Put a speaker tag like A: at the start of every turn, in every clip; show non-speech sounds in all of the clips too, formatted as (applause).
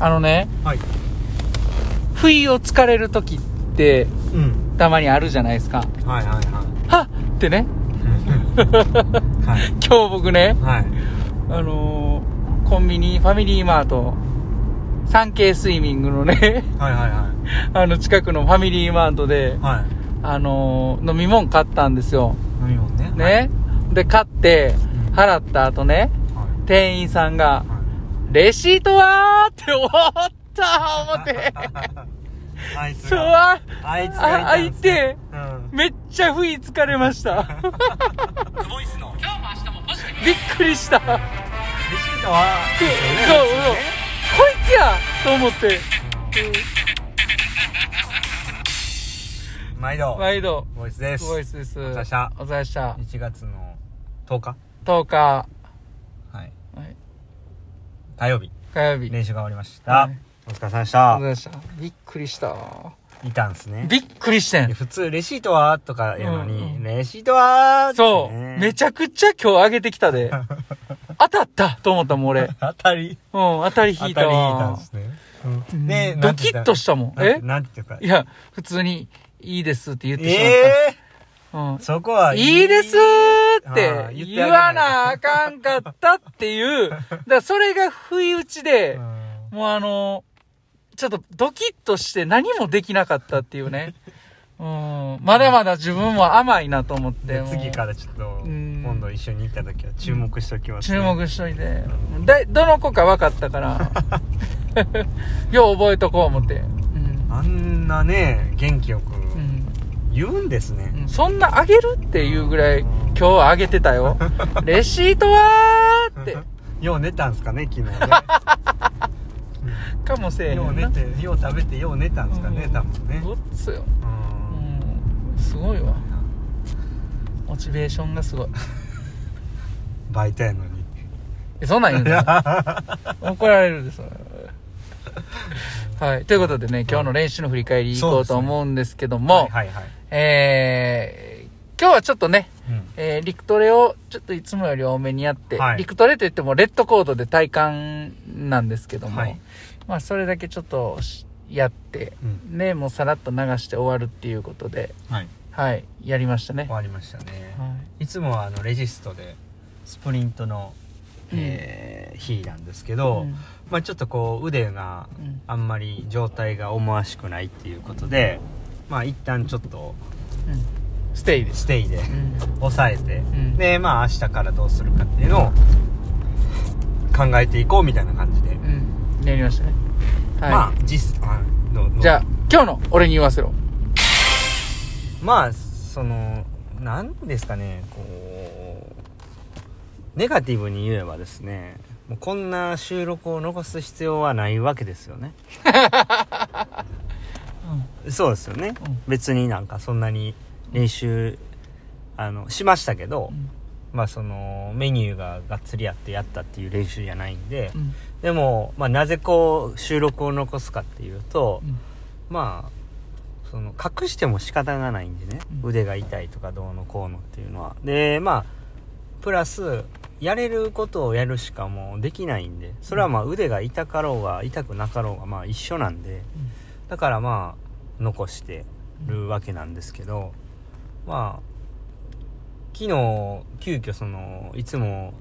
A: あのね、
B: はい
A: 不意をつかれる時って、
B: うん
A: たまにあるじゃないですか。
B: はいはいはい
A: はっってね、
B: うんはい
A: 今日僕ね、
B: はい
A: あのーコンビニ、ファミリーマート、産経スイミングのね、 (laughs)
B: はいはいは
A: あの近くのファミリーマートで
B: い、はい
A: あのー飲み物買ったんですよ。
B: 飲み物ね
A: ね。で、買って
B: う、ん
A: 払った後ね、
B: はい
A: 店員さんが、
B: は
A: レシートはーって思った思って、
B: (laughs) いあいつ
A: そう
B: が
A: わ
B: あいつ
A: あ、
B: が
A: 開
B: い
A: い
B: たんですね
A: て、めっちゃ不意つかれました。
B: うんボイスのレシ
A: びっくりした。そう、
B: ートは
A: そう、こいつやと思って、
B: うん毎度
A: 毎度、
B: ボイスです
A: すごいです。お
B: 疲れっした
A: お疲れっした。
B: 1月の10日
A: 10日、
B: はい
A: はい
B: 火曜日
A: 火曜日。
B: 練習が終わりまし
A: は
B: た
A: い
B: お疲れ様でし
A: お
B: た
A: 疲れっした。びっくりした。
B: いたんすね
A: びっくりして
B: いや
A: ん。
B: 普通レシートはとかやの
A: うんう
B: に
A: ん
B: レシートは
A: そう、め
B: ゃ
A: ちゃくちゃ今日上げてきた
B: (laughs)
A: で。当たったと思ったもん俺。うん、
B: 当たり
A: 当たり
B: 当た
A: 引
B: り
A: いたわ
B: んすね
A: うん
B: ね
A: ドキッとしたもん。
B: え
A: え
B: なんていうか
A: いや、普通に、いいですって言ってし
B: え
A: まっ
B: ーそこは
A: た。うん。いいです
B: あ
A: ーっ
B: あ
A: て
B: 言ってあげない
A: 言わなあかんかったって
B: (laughs)
A: いう、だからそれが不意打ち
B: う
A: で、
B: ん
A: もうあのーちょっとドキッとして何もできなかったっていうね。うん。まだまだ自分も甘いなと思って。
B: で
A: もう
B: 次からちょっと
A: うん
B: 今度一緒に行った時は注目しておきますね
A: 注目しといて。だどの子か分かった
B: (laughs)
A: から。よう覚えとこう思って。うん。
B: あんなね元気よく
A: うん。
B: 言うんですね
A: うんそんなあげるっていうぐらい今日はあげてた
B: (laughs)
A: よ。レシートはーって。
B: よう寝たんすかね
A: (laughs)
B: 昨日
A: かもせえへ
B: ね
A: んな。
B: よう寝てよう食べてよう寝たんすかね
A: うん
B: 多分ね
A: ごっつよ。
B: う
A: うんん。すごいわ。モチベーションがすごい。
B: バイトやのに
A: えそんなん言
B: (laughs)
A: うな。怒られるで、それ。はい。ということでね、今日の練習の振り返りいこうと思うんですけども、
B: はいはいはい
A: えー、今日はちょっとね、
B: うん
A: えー、陸トレをちょっといつもより多めにやって、
B: はい
A: 陸トレといってもレッドコードで体感なんですけども、
B: はい
A: まあそれだけちょっとしやって、
B: うん
A: ね、もうさらっと流して終わるっていうことで、
B: はい
A: はい、やりましたね
B: 終。わりましたね
A: はい
B: つもはあのレジストでスプリントのえー日なんですけ
A: い
B: ど
A: うん
B: まあちょっとこう腕が
A: うん
B: あんまり状態が思わしくないっていうことでまあ一旦ちょっと
A: うんステイです。
B: ステイで
A: うん
B: 抑えて、
A: ん
B: でまあ明日からどうするかっていうのを考えていこうみたいな感じで、
A: うん、やりましたね。はい。
B: まあ実あどうどう
A: じゃあ、今日の俺に言わせろ。
B: まあそのなんですかねこうネガティブに言えばですねもうこんな収録を残す必要はないわけですよねそうですよね、
A: うん
B: 別になんかそんなに練習あのしましたけど、
A: うん
B: まあそのメニューががっつりやってやったっていう練習じゃないんで、
A: うん。
B: でも、まあ、なぜこう収録を残すかっていうと、
A: うん
B: まあその隠しても仕方がないんでね、
A: うん
B: 腕が痛いとかどうのこうのっていうのはでまあプラスやれることをやるしかもうできないんでそれはまあ腕が痛かろうが痛くなかろうがまあ一緒なんでだからまあ残してるわけなんですけど、まあ昨日急遽そのいつも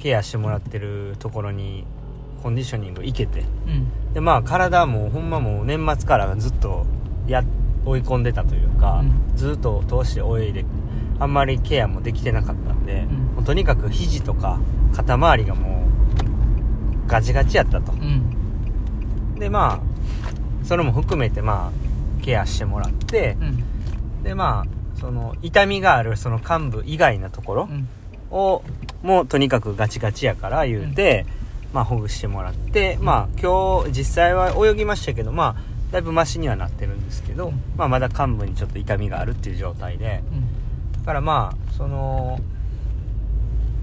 B: ケアしてもらってるところにコンディショニング行けて
A: うん。
B: でまあ体もうほんまもう年末からずっとや追い込んでたというか、
A: う
B: ずっと通して泳いであんまりケアもできてなかったんで、
A: ん
B: もうとにかく肘とか肩周りがもうガチガチやったと
A: うん。うん。
B: でまあそれも含めてまあケアしてもらって
A: う、ん。
B: でまあその痛みがあるその幹部以外のところ
A: うん。
B: を、もうとにかくガチガチやから言うて、まあほぐしてもらって、まあ今日実際は泳ぎましたけどまあだいぶマシにはなってるんですけど、
A: うん
B: まあまだ幹部にちょっと痛みがあるっていう状態でだからまあその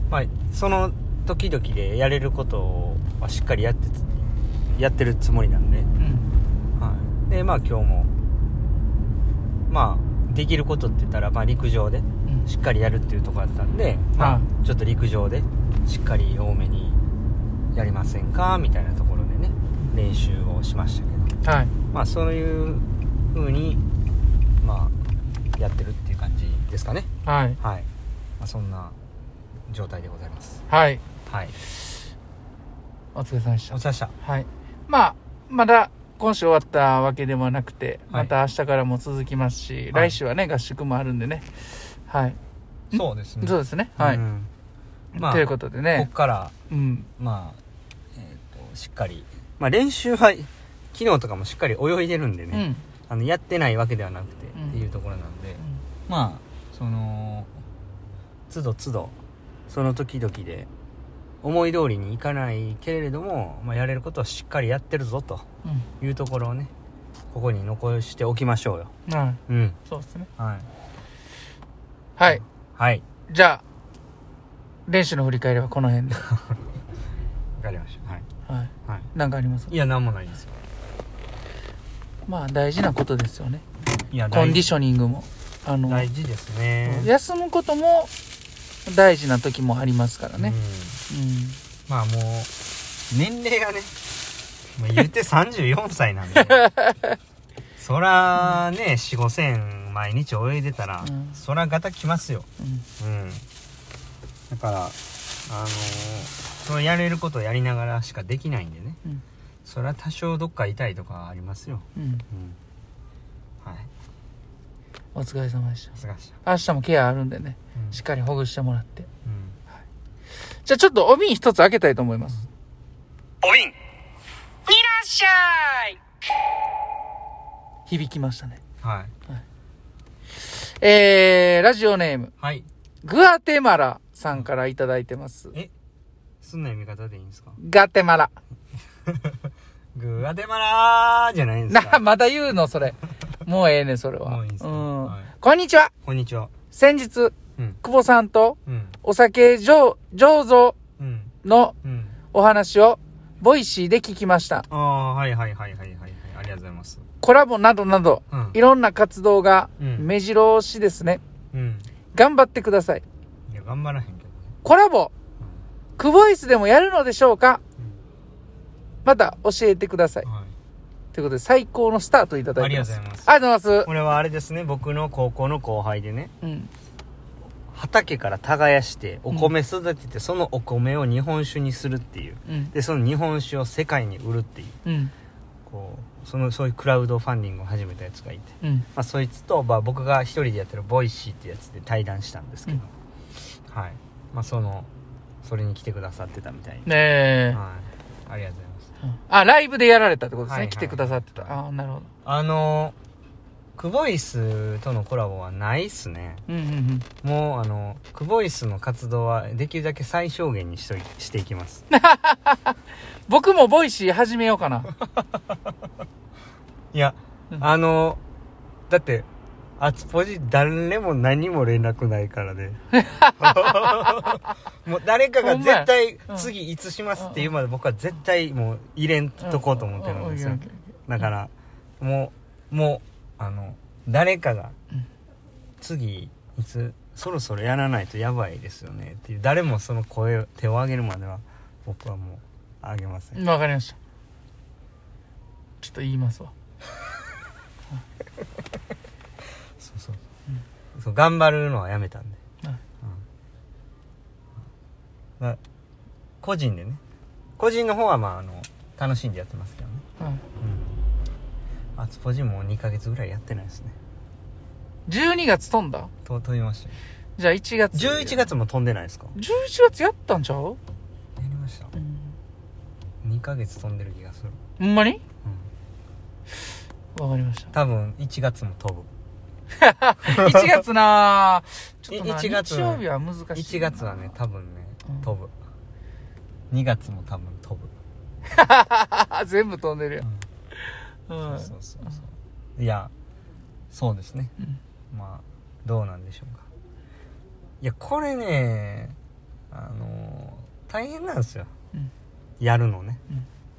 B: まあその時々でやれることはしっかりやってつやってるつもりなんで
A: うん。
B: はい、でまあ今日もまあできることって言ったら、まあ、陸上でしっかりやるっていうところだったんで、ま
A: は
B: あ、ちょっと陸上でしっかり多めにやりませんかみたいなところでね
A: う
B: 練習をしましたけど
A: はい。
B: まあそういう風にまあやってるっていう感じですかね
A: はい。
B: はい、まあ、そんな状態でございます
A: はい。
B: はい
A: お疲れ様でし
B: お
A: た
B: 疲れ。様でした
A: はい。まあ、まだ今週終わったわけでもなくて、
B: は
A: ま
B: い
A: た明日からも続きますし、
B: はい
A: 来週はね、合宿もあるんでね。はい。
B: そうですね
A: そうですね。はい。
B: うんまあ
A: ということで
B: こ
A: ね
B: こ。から
A: うん。
B: まあ、えー、としっかり、まあ、練習は昨日とかもしっかり泳いでるんで
A: う
B: ね、
A: ん。
B: あのやってないわけではなくてっ
A: うん
B: ていうところなんで、まあその都度都度その時々で思い通りにいかないけれども、まあ、やれることはしっかりやってるぞと
A: う
B: いうところをねここに残しておきましょうよ
A: ん。はい。
B: うん
A: そうですね。
B: はい
A: はい。
B: はい
A: じゃあ、練習の振り返りはこの辺で。
B: わかりましたはい、
A: はい。
B: はい、
A: なんかあります
B: いや何もないですよ
A: まあ、大事なことですよね。
B: いや
A: コンディ
B: ョ
A: ショニングも。あの、
B: 大事ですね
A: 休むことも大事な時もありますから
B: う
A: ね
B: ん。
A: うん
B: まあもう年齢がね、まあ、言って34歳な
A: (laughs)
B: んでそらね4 5千毎日泳いでたら、
A: うん
B: そらガタきますよ
A: うん
B: うんだからあのーそのやれることをやりながらしかできないんでね
A: うん
B: そら多少どっか痛いとかありますよ
A: うん、
B: うんはい
A: お疲れ様でした
B: さすがでした
A: 明日もケアあるんでね
B: うん
A: しっかりほぐしてもらって
B: うん
A: じゃあちょっとお瓶一つ開けたいと思います
B: おび
A: い
B: ん
A: らっしゃい響きましたね
B: はい
A: えー、ラジオネーム
B: はい
A: グアテマラさんからいただいてます
B: えそんな読み方でいいんですか
A: ガテマラ
B: グアデマラーじゃないんです
A: な
B: か
A: まだ言うのそれもうええねそれは
B: もういいですか
A: うん
B: はい
A: こんにちは
B: こんにちは
A: 先日
B: うん
A: 久保さんと
B: うん
A: お酒上醸造
B: うん
A: の
B: うん
A: お話をボイシーで聞きました
B: ああはいはいはいはいはいはいありがとうございます
A: コラボなどなど
B: うん
A: いろんな活動が
B: うん
A: 目白押しですね。
B: うん
A: 頑張ってください。
B: いや頑張らへんけどね
A: コラボ、クボイスでもやるのでしょうかまた教えてください。
B: はい
A: ということで、最高のスタートをいただいてます。
B: ありがとうございます
A: ありがとうございま
B: これはあれですね僕の高校の後輩でね
A: す。うん。
B: 畑から耕してお米育ててそのお米を日本酒にするっていう
A: うん。
B: でその日本酒を世界に売るっていう
A: うん。
B: こうそのそういうクラウドファンディングを始めたやつがいて
A: うん。
B: まあ、そいつと、まあ、僕が一人でやってるボイシーってやつで対談したんですけど、はいまあそのそれに来てくださってたみたいに、
A: ねえ、
B: はい、ありがとうございます
A: あ、ライブでやられたってことですね。
B: はいはい
A: 来てくださってた。ああ、なるほど。
B: あのクボイスとのコラボはないっすね
A: うんうんうん。
B: もうあのクボイスの活動はできるだけ最小限にしといしていきます
A: 僕もボイシー始めようかな。
B: いや
A: うん
B: あのだってあつぽじ誰も何も連絡ないか
A: (laughs)
B: らねもう誰かが絶
A: ほん
B: 対
A: まやうん
B: 次いつしますっていうまで僕は絶対もう入れんとこうと思ってるんです
A: う
B: よ
A: んうん
B: だからもうもうあの誰かが
A: うん
B: 次いつそろそろやらないとやばいですよねっていう誰もその声を手を上げるまでは僕はもうあげません
A: うんわかりました。ちょっと言いますわ。
B: そうそう,、そう頑張るのはやめたんで、
A: はい
B: うんまあ個人でね個人の方はまああの楽しんでやってますけどね
A: うん
B: うんあつぽじもう2ヶ月ぐらいやってないですね
A: 12月飛んだ
B: と飛びましたよ
A: じゃあ1月。
B: 11月も飛んでないですかや
A: 11月やったんちゃう、
B: りました2ヶ月飛んでる気がする、
A: ほんまに
B: うん、
A: わかりました
B: 多分1月も飛ぶ
A: 1月な (laughs) ぁちょっとな
B: 1月
A: 日曜日は難しいな
B: 1月はね多分ね
A: うん
B: 飛ぶ、2月も多分飛ぶ、
A: (laughs) 全部飛んでるよ、う
B: うんん、そうそうそうそういやそうですね
A: うん
B: まあどうなんでしょうかいやこれねあの大変なんですよ、
A: うん
B: やるのね、
A: うん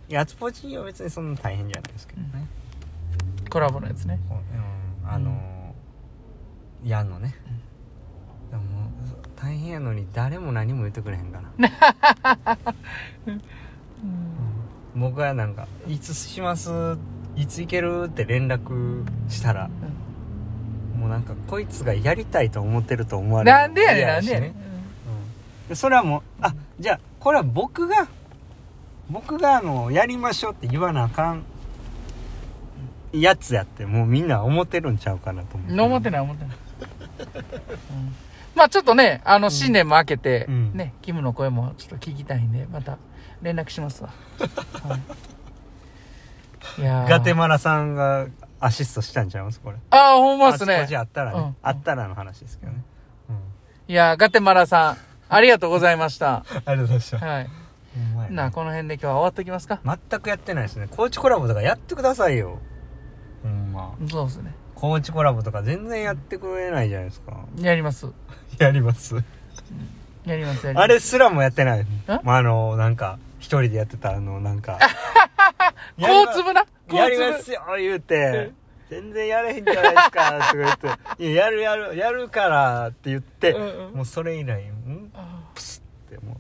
B: いやつぽちは別にそんな大変じゃないですけどね、
A: コラボのやつね
B: こううんあのやんのね、でももう大変やのに誰も何も言ってくれへんから、
A: うん
B: 僕がなんか「いつしますいつ行ける?」って連絡したら、もうなんかこいつがやりたいと思ってると思われる
A: なんでやねん、
B: 嫌
A: なん
B: し
A: でやねん。
B: でそれはもうあじゃあこれは僕が僕があのやりましょうって言わなあかんやつやってもうみんな思ってるんちゃうかなと思っ
A: う
B: て
A: ん思ってない、思ってない。うんまあちょっとね、あの、新年も明けて、
B: うん
A: ね、キムの声もちょっと聞きたいんで、また連絡しますわ。はい、いやー
B: ガテマラさんがアシストしたんちゃいますこれ
A: ああ、ほんまっす
B: あ
A: ね
B: ちこち。あったらね、
A: うん
B: あったらの話ですけどね、うん、
A: いやーガテマラさん、ありがとうございま
B: (laughs)
A: した。
B: ありがとうございました
A: はい。
B: ほんまやな
A: なあ、この辺で今日は終わっときますか。
B: 全くやってないですねコーチコラボとかやってくださいよほんま
A: そうですね。
B: コーチコラボとか全然やってくれないじゃないですか
A: やります。
B: やります
A: やります、やります。
B: あれすらもやってない。
A: え
B: まあ、あの、なんか、一人でやってた、あの、なん
A: (laughs)
B: か。
A: こうつぶな。こ
B: や
A: う
B: り
A: つ
B: ま
A: ぶ
B: やりますよ、言うて。全然やれへんじゃないですか、とか言
A: (laughs)
B: って。いや、やるやる、やるから、って言って、
A: うんうん
B: もうそれ以来、ん
A: あ
B: っても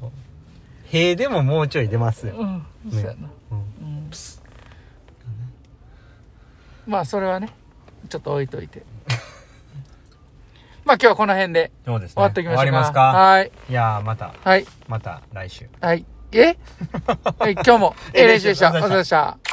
B: う。塀でももうちょい出ます
A: ー
B: よ。
A: うん。そうやな。
B: うん
A: うん。まあ、それはね、ちょっと置いとい
B: (laughs)
A: て。まあ、今日はこの辺で
B: そうですね。
A: 終わっておきましょうか。
B: 終わりますか
A: はい。
B: いやー、また、
A: はい。
B: また来週。
A: はい。えはい、今日も、え、練習でした。お
B: (laughs) お疲れ様でした
A: 疲れ様でした。